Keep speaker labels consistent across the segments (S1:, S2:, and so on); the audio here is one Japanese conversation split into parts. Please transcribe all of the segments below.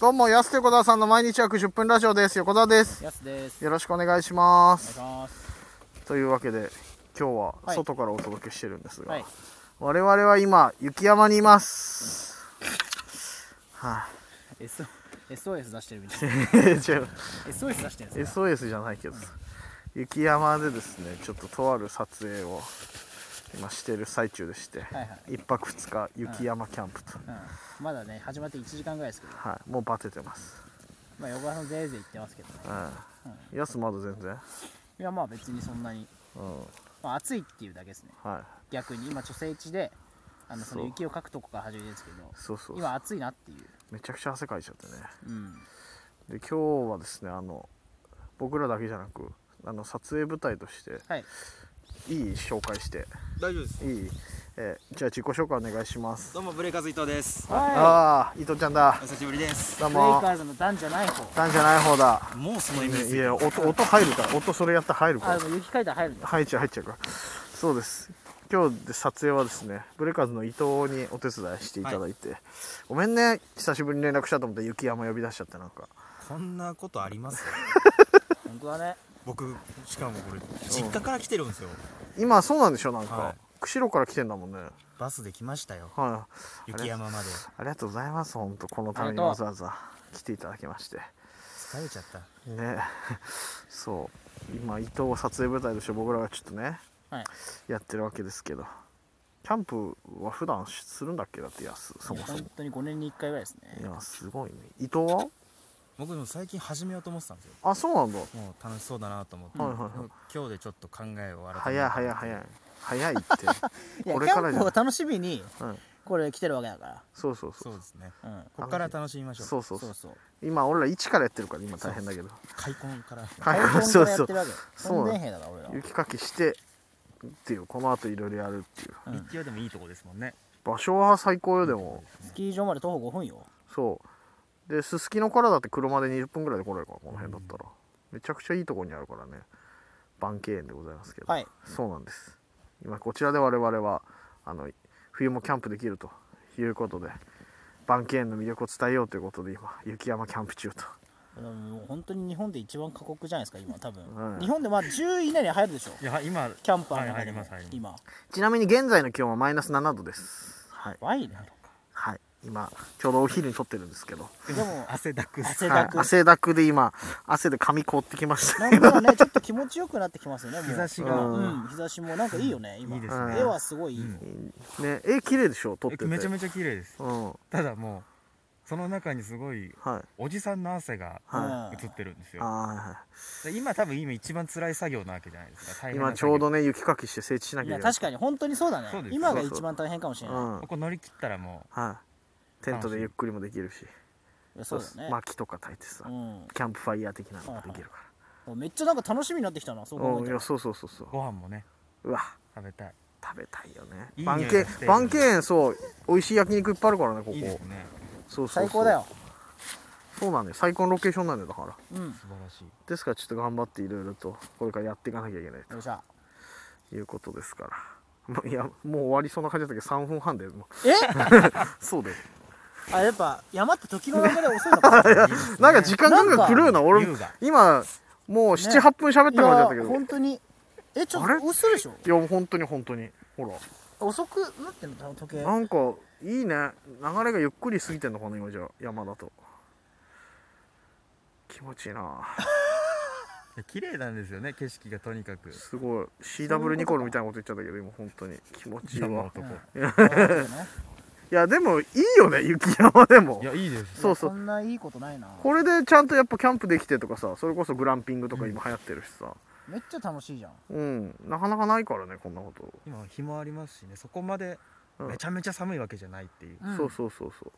S1: どうも、安手小田さんの毎日約10分ラジオです。横田です。
S2: やすです。
S1: よろしくお願いしま
S2: お願いし
S1: す。
S2: ます。
S1: というわけで、今日は
S2: はい
S1: 外からお届けしてるんですが、
S2: はい。
S1: 我々は今、雪山にいます。は
S2: S SOS 出してるみた い
S1: い、
S2: な。
S1: 違う
S2: SOS 出してるんですか。
S1: SOS じゃないけど、雪山でですね、ちょっととある撮影を今してる最中でして、
S2: はいはい。
S1: 一泊二日雪山キャンプと、
S2: うん。まだね始まって1時間ぐらいですけど、
S1: はい、もうバテてます。
S2: まあ横川さんぜいぜい言ってますけどね。
S1: うん、安まだ全然、
S2: いやまあ別にそんなに、
S1: うん、
S2: まあ、暑いっていうだけですね。
S1: はい、
S2: 逆に今貯水池で、あのその
S1: そう
S2: 雪をかくとこから始めてるんですけど、
S1: そうそうそう
S2: 今暑いなっていう。
S1: めちゃくちゃ汗かいちゃってね。
S2: うん。
S1: で今日はですねあの僕らだけじゃなくあの撮影舞台として
S2: はい。
S1: いい紹介して
S3: 大丈夫です
S1: いい、えーじゃあ自己紹介お願いします、
S3: どうもブレイカーズ伊藤です
S2: は
S1: ああ伊藤ちゃんだ
S3: お久しぶりです
S1: どう
S2: い。ブレイ
S1: も
S2: カーズの段じゃない方。
S1: なんじゃない方だ
S3: もうそのイメージ
S1: いや音音入るから音それやったら入るか
S2: あ
S1: ら
S2: でも雪かいたら入るんだ。
S1: 入っちゃう入っちゃうからそうです今日で撮影はですねブレイカーズの伊藤にお手伝いしていただいて、ごめんね久しぶりに連絡したと思って雪山呼び出しちゃってなんか
S3: こんなことあります
S2: 本当だね。
S3: 僕しかもこれ 実家から来てるんですよ
S1: 今そうなんでしょなんか、
S3: はい
S1: 釧路から来てんだもんね
S3: バスで来ましたよ
S1: はい
S3: 雪山まで
S1: ありがとうございます、本当このために
S2: ありがとう
S1: わざわざ来ていただきまして。
S3: 疲れちゃった
S1: ね、 そう、今、伊藤を撮影舞台として僕らがちょっとね、
S2: はい。
S1: やってるわけですけど、キャンプは普段しするんだっけだって、やす、そ
S2: い
S1: も
S2: や
S1: そも
S2: 本。当に5年に1回ぐらいです
S1: い
S2: ね。
S1: や、すごいね。伊藤は
S3: 僕でも最近始めようと思ってたんですよ
S1: あ、そうなんだ。
S3: もう楽しそうだなと思って、
S1: はいはいはい
S3: でも今日でちょっと考えを改めて
S1: 早い早い早い。早い って。
S2: いや
S1: こ
S2: キ
S1: れから
S2: ャン
S1: じゃ
S2: プ
S1: ん
S2: を楽しみに
S1: うん、
S2: これ来てるわけだか
S1: そうそうそ。
S3: そううですね
S2: ら。うん。
S3: こっから楽しみましょう
S1: そうそうそ
S2: そうう。そう。
S1: 今、俺ら1からやってるから、今大変だけど。
S3: 開墾から
S1: はい
S2: 開墾
S1: そう
S2: からや
S1: そ
S2: っ
S1: う
S2: てるわけ。
S1: そう
S2: 訓練兵だから俺ら。
S1: 雪かきして、っていう、この後いろいろやるっていう。
S2: うん
S3: 一応でもいいとこですもんね
S1: 場所は最高よ、でも。
S2: スキー場まで徒歩5分よ。
S1: そうですすきのからだって車で20分ぐらいで来れるからこの辺だったら、めちゃくちゃいいとこにあるからね万慶園でございますけど、
S2: はい。
S1: そうなんです今こちらで我々はあの冬もキャンプできるということで万慶園の魅力を伝えようということで今雪山キャンプ中と
S2: もう本当に日本で一番過酷じゃないですか今多分、
S1: うん
S2: 日本でまあ10位以内に入るでしょ
S3: いや今
S2: キャンパーの中
S3: 入
S2: で
S3: り
S2: も、
S3: ます入りま
S2: 今
S1: ちなみに現在の気温はマイナス7度ですはい、
S2: ワイね
S1: はい、今ちょうどお昼に撮ってるんですけど、
S2: でも
S3: す汗だく
S2: 汗
S1: は
S2: だ
S1: い、
S2: く、
S1: 汗だくで今汗で髪凍ってきました
S2: なんかねちょっと気持ちよくなってきますよねもう
S3: 日差し
S1: う
S3: が
S2: うん日差しもなんかいいよね今
S3: いいです
S1: ね
S2: 絵はすごいいい、
S3: うん
S1: ねえ綺麗でしょ撮ってて
S3: めちゃめちゃ綺麗です
S1: うん
S3: ただもうその中にすごい
S1: はい
S3: おじさんの汗が
S1: は
S2: うん
S3: 映ってるんですよ、
S1: あ
S3: で今多分今一番辛い作業なわけじゃないですか
S1: あ
S3: 大変な
S1: 今ち
S3: 作業
S1: ょうどね雪かきして整地しなき
S2: い
S1: ゃい
S2: や
S1: けない
S2: 確かに本当にそうだね
S3: そうです
S2: 今が
S1: そうそう
S2: 一番大変かもしれ
S1: う
S2: ない
S1: ん
S3: ここ乗り切ったらも
S1: はいテントでゆっくりもできるし
S2: いやそうだよね、
S1: 薪とか焚いてさ、
S2: うん
S1: キャンプファイヤー的なのができるか
S2: めっちゃなんか楽しみになってきたなそう
S1: ら、う
S2: 考え
S1: んい
S2: た
S1: や
S2: ら
S1: そうそうそうそう
S3: ご飯もね
S1: ううわ
S3: 食べたい
S1: 食べたいよね
S3: いい
S1: 万
S3: 匂い
S1: 慶
S3: がしてる
S1: 万慶園そう美味しい焼肉いっぱいあるからねここ
S3: いいですね
S1: そうそうそう
S2: 最高だよ
S1: そうなんだよ最高のロケーションなんだよだから
S2: うん
S3: 素晴らしい
S1: ですからちょっと頑張っていろいろとこれからやっていかなきゃいけない
S2: よっしゃ
S1: ということですからもういやもう終わりそうな感じだったけど3分半でもう
S2: え
S1: そうだよ
S2: あやっぱ山って時の流れ遅い のかいや
S1: なんか時間がんがん狂うな俺
S3: 優雅
S1: 今もう
S2: ね
S1: 78分喋った感じだったけど、
S2: 本当にえちょっ
S1: あれ
S2: と嘘でしょ
S1: いやもう本当に本当にほ
S2: 遅くなってんの時計
S1: らなんかいいね流れがゆっくり過ぎてんのかな今じゃあ山だと気持ちいいな
S3: 綺麗なんですよね景色がとにかく
S1: すごい CW ニコルみたいなこと言っちゃったけど今本当に気持ちいい
S3: 山の
S1: わ
S3: 男
S1: いやでもいいよね雪山でも
S3: いやいいです
S1: そうそう
S2: そんないいことないな
S1: これでちゃんとやっぱキャンプできてとかさそれこそグランピングとか今流行ってるしさ
S2: めっちゃ楽しいじゃん
S1: うん、なかなかないからねこんなこと、
S3: 今日もありますしねそこまで
S1: うん
S3: めちゃめちゃ寒いわけじゃないっていう、
S2: うん
S1: そうそうそうそう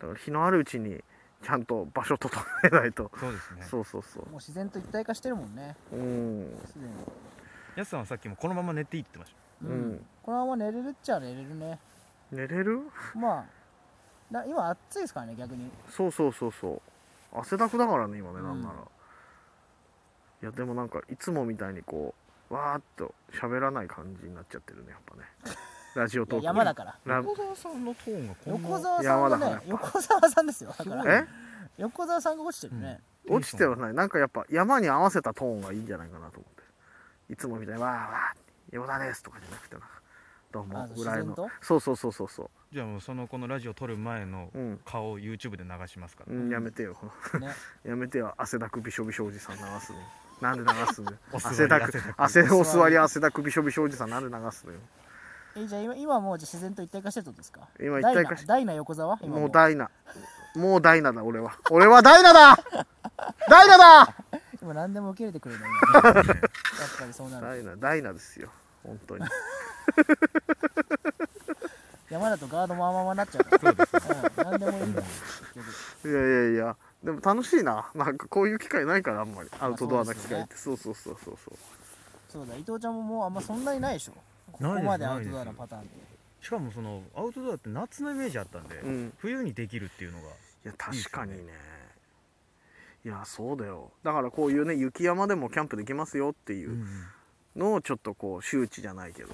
S1: だから日のあるうちにちゃんと場所整えないと
S3: そうですね
S1: そうそうそう
S2: もう自然と一体化してるもんね
S1: うん
S2: すでに
S3: やすさんはさっきもこのまま寝ていいって言ってま
S1: うん
S2: このまま寝れるっちゃ寝れるね
S1: 寝れる
S2: まあな今暑いですからね逆に
S1: そうそうそうそう汗だくだからね今ね
S2: うん
S1: なんなら、いやで もなんかいつもみたいにこうわーっと喋らない感じになっちゃってるねやっぱねラジオトーク
S2: 山だから
S1: ラ
S3: 横澤さんのトーンがこんな
S2: 横澤さん
S1: 山
S2: は
S1: だからやっ
S2: ね
S1: ぱ
S2: 横澤さんですよだから
S1: え
S2: 横澤さんが落ちてる ね、
S1: 落ちてはないなんかやっぱ山に合わせたトーンがいいんじゃないかなと思っていつもみたいに「わーわー横田です」とかじゃなくてなどうも
S2: あ
S1: ぐらい
S2: 自然と
S1: のそうそうそうそうそ
S3: じゃあもうそのこのラジオ撮る前の
S1: ううん
S3: 顔を YouTube で流しますから、
S1: うんやめてよ
S2: ね
S1: やめてよ汗だくびしょびしょおじさん流すのなんで流す の
S3: お座り
S1: 汗だく
S3: 汗
S1: 汗
S3: だ
S1: お座り汗だくびしょびしょおじさんなんで流すのよ
S2: えじゃあ今今はもう自然と一体化してるってことですか
S1: 今一体化し
S2: ダイナダイナ横澤今
S1: もうダイナもうダイナだ俺は俺はダイナだダイナ だ
S2: 今何でも受け入れてく れるの今やっぱりそうな
S1: ダ
S2: る
S1: イナダイナですよ本当に
S2: 山だとガードもあままなっちゃうから
S3: そうですね
S2: うん何でもいいんだよ結局
S1: いやいやいやでも楽しいななんかこういう機会ないからあんまりアウトドアな機会ってそうそうそうそうそう
S2: そうだ伊藤ちゃんももうあんまそんなにないでしょここまでアウトドアのパターンって
S3: しかもそのアウトドアって夏のイメージあったんで、
S1: うん
S3: 冬にできるっていうのが
S1: いや確かにねいやそうだよだからこういうね雪山でもキャンプできますよっていうのをちょっとこう周知じゃないけど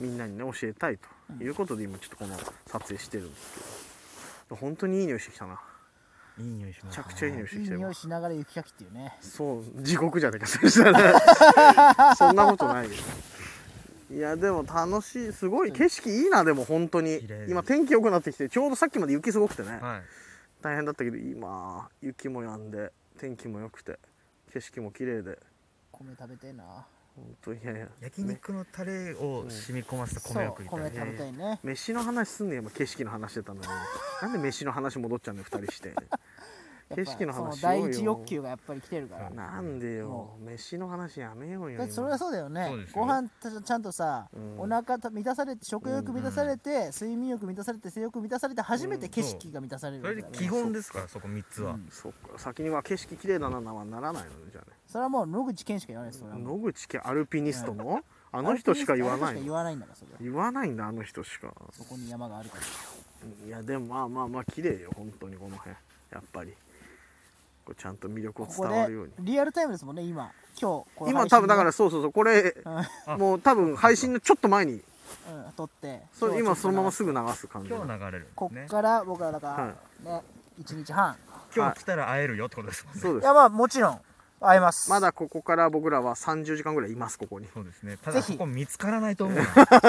S1: みんなにね教えたいということで今ちょっとこの撮影してるんですけど本当にいい匂いしてきたな
S3: うんいい匂いしま
S1: め
S3: す
S1: ちゃくちゃいい匂いして
S2: い
S1: き
S2: い
S1: た
S2: 匂
S1: よ
S2: いしながら雪かきっていうね
S1: そう地獄じゃねえかそしたら そんなことないよいやでも楽しいすごい景色いいなでも本当に
S3: 綺麗
S1: 今天気良くなってきてちょうどさっきまで雪すごくてね、
S3: はい
S1: 大変だったけど今雪も止んで天気も良くて景色も綺麗で
S2: 米食べてえな
S1: 本当いやいや
S3: 焼
S1: め
S3: 肉のタレを染み込ませた
S2: そ
S3: 米を
S2: う
S3: 食いたい、
S2: 米食べたいね
S1: 飯の話すんねん今景色の話してたのになんで飯の話戻っちゃうの二人して
S2: やっぱ
S1: 景色の話
S2: そ第
S1: しよ
S2: 一
S1: うよ
S2: 欲求がやっぱり来てるから
S1: なんでよ
S2: も
S1: 飯の話やめようよ
S2: だってそれは
S1: 今
S2: そうだよ
S3: そう
S2: ね
S3: ですよ
S2: ご飯たちゃんとさ、
S1: うん
S2: お腹た満たされて食欲満たされて、睡眠欲満たされて性欲満たされて初めて景色が満たされる
S3: そ
S2: わけ
S3: れで
S2: だから
S3: 基本ですからそこ3つは、
S2: うん
S1: そっか先には景色綺麗だななはならないのねじゃあね
S2: それはもう野口健しか言わないですよそれはもう
S1: 野口家アルピニストのあの人しか言わな
S2: あの人し
S1: い
S2: か言
S1: の
S2: わないんだからそれは
S1: 言わないんだあの人しか
S2: そこに山があるから
S1: いやでもまあまあまあ綺麗よ本当にこの辺やっぱりこうちゃんと魅力を
S2: こ
S1: 伝
S2: こ
S1: わ
S2: で
S1: るように
S2: リアルタイムですもんね今今日この
S1: 今
S2: 配信
S1: 多分だから
S2: ね
S1: そうそうそうこれもう多分配信のちょっと前に
S2: うん、うん撮って
S1: それ今そのまますすぐ流す感じ
S3: 今日流れるん
S2: こ
S3: ですね
S2: っから僕らだから、ね一1日半
S3: 今日来たら会えるよってことですもんね
S1: そう
S2: い
S1: です
S2: やまあもちろん会えます
S1: まだここから僕らは30時間ぐらいいますここに
S3: そうですねただ
S2: ぜひ
S3: ここ見つからないと 思うな
S1: 確かに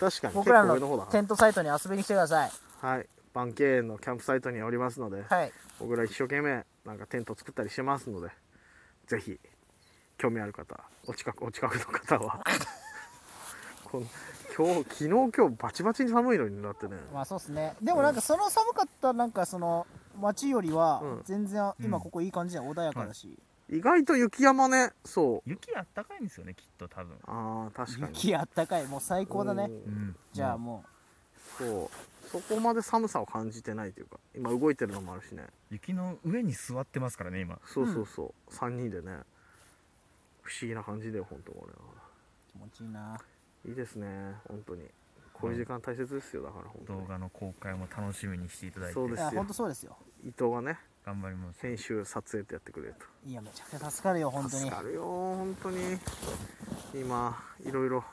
S1: 結
S2: 僕ら
S1: 構上の方
S2: の
S1: だ
S2: テントサイトに遊びに来てくだ さい
S1: はいバンケーンのキャンプサイトにおりますので
S2: はい
S1: 僕ら一生懸命なんかテント作ったりしてますのでぜひ興味ある方お近くお近くの方は この今日昨日今日バチバチに寒いのになってね
S2: まあそうですねでもなんかその寒かったなんかその街より
S1: うん
S2: は全然今ここいい感じじゃん穏やかだし、
S1: 意外と雪山ねそう
S3: 雪あったかいんですよねきっと多分、
S1: あー確かに
S2: 雪あったかいもう最高だね
S1: うん
S3: うん
S2: じゃあも
S1: そうそこまで寒さを感じてないというか今動いてるのもあるしね
S3: 雪の上に座ってますからね今
S1: そうそうそう、3人でね不思議な感じだよ本当俺は
S2: う気持ちいいない
S1: いですね本当にこういう時間大切ですよだから本当
S3: 動
S1: に
S3: 画の公開も楽しみにしていただいて
S1: そう
S2: い
S1: ですよ
S2: やほんとそうですよ
S1: 伊藤がね
S3: 頑張ります
S1: 編集撮影ってやってくれる
S2: いやめちゃくちゃ助かるよ本
S1: と
S2: 当に
S1: 助かるよ本当に今いろいろ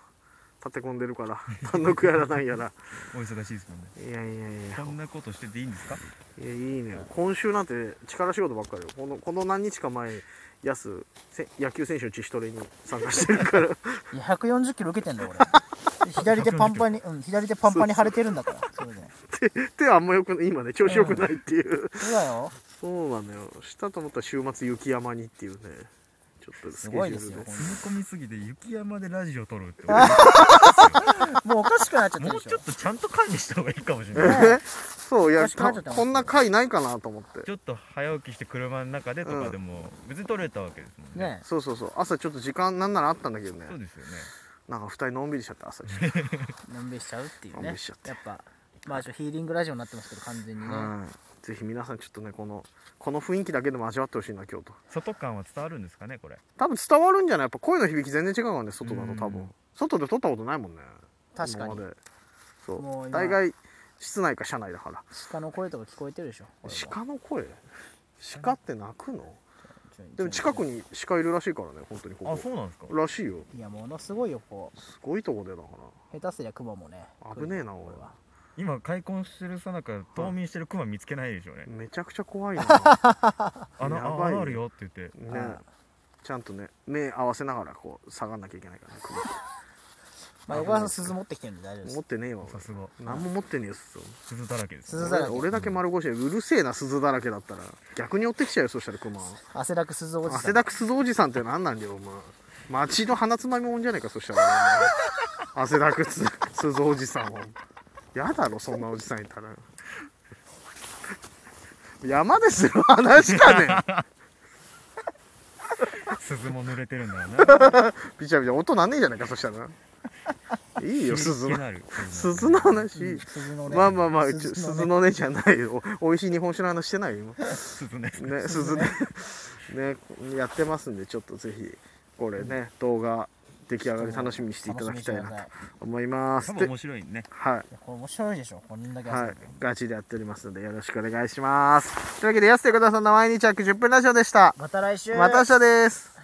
S1: 立て込んでるから 単独やらないやら
S3: お忙しいですもんね
S1: いやいやいや
S3: こんなことしてていいんですか
S1: いやいいね今週なんて力仕事ばっかりよこのこの何日か前にやすせ野球選手の自主トレに参加してるから
S2: いや140キロ受けてんだよ俺左手パンパンに、うん、左手パンパンに腫れてるんだからそれで
S1: 手手はあんまよく今ね調子よくないっていう、
S2: そうだよ
S1: そうなのよしたと思ったら週末雪山にっていうねちょっとスケジュールです
S2: ごいですよ
S3: 詰め込みすぎて雪山でラジオ撮るって
S2: もうおかしくなっちゃって
S3: も
S2: る
S3: う
S2: でし
S3: ちょ
S2: ょ
S3: っとちゃんと管理した方がいいかもしれ
S1: え
S3: ない
S1: ー そういや
S2: 確かに
S1: たこんな回ないかなと思って
S3: ちょっと早起きして車の中でとかでも別に撮れたわけですもんね
S2: ね
S1: そうそうそう朝ちょっと時間なんならあったんだけどね
S3: そうですよね
S1: なんか2人のんびりしちゃって朝ちょっと
S2: えのんびりしちゃうっていう
S1: のんび
S2: ね
S1: りしちゃって
S2: やっぱまあちょっとヒーリングラジオになってますけど完全にね、
S1: はいぜひ皆さんちょっとねこのこの雰囲気だけでも味わってほしいな今日と
S3: 外感は伝わるんですかねこれ
S1: 多分伝わるんじゃないやっぱ声の響き全然違うからね外だと多
S3: う
S1: 分
S3: ん
S1: 外で撮ったことないもんね
S2: 確かに
S1: 今までそ
S2: もう
S1: う
S2: 今
S1: 大概室内か車内だから
S2: 鹿の声とか聞こえてるでしょこれは
S1: 鹿の声鹿って鳴くの
S2: 緒に
S1: でも近くに鹿いるらしいからね本当にこ
S3: あ
S1: こ
S3: そうなんですから
S1: しいよ
S2: いやものすごいよこう
S1: すごいとこでだか
S2: 下手すりゃクマもね
S1: 危ねえな
S2: 来
S1: お
S2: るよ
S1: い
S2: これは
S3: 今開墾してるさなか冬眠してるクマ見つけないでしょうね
S1: らめちゃくちゃ怖いな、
S3: 穴
S1: やばいよ
S3: ああるよって言って
S1: ね、ちゃんとね目合わせながらこう下がんなきゃいけないからね首
S2: まあ横川さん鈴持ってきてるんで大丈夫で
S1: 持
S2: す
S1: ってねえわ
S3: さすが
S1: 何も持ってねえよ鈴
S3: 鈴だらけです
S2: 鈴だらけ
S1: 俺俺だけ丸腰でうるせえな鈴だらけだったら逆に追ってきちゃうよそしたらクマ
S2: 汗だく鈴おじさん
S1: 汗だく鈴おじさんって何なんだよお前町の鼻つまみもんじゃねえかそしたらお前 汗だくつ鈴おじさんはやだろそんなおじさんいたら山でする話かね
S3: 鈴も濡れてるんだよな
S1: ピチャピチャ音なんねえじゃないかそしたらいいよ鈴
S3: 気に
S1: の
S3: なる
S1: 鈴の話、
S2: うん鈴のね
S1: まあまあまあ鈴の,、
S2: 鈴
S1: 鈴
S2: のね
S1: のねじゃないよお美味しい日本酒の話してないよ今
S3: 鈴ね
S1: ね、鈴ねねやってますんでちょっとぜひこれね、動画出来上がり楽しみにしていただきたいな
S2: 楽しみにしてくだ
S1: と
S2: さい
S1: 思います
S3: 多
S1: で
S3: 分面白いね
S1: はい
S2: いやこれ面白いでしょこんだけ汗
S1: は
S2: だ
S1: い
S2: く、
S1: ガチでやっておりますのでよろしくお願いしますというわけで安手小田さんの毎日約10分ラジオでした
S2: また来週
S1: また明日です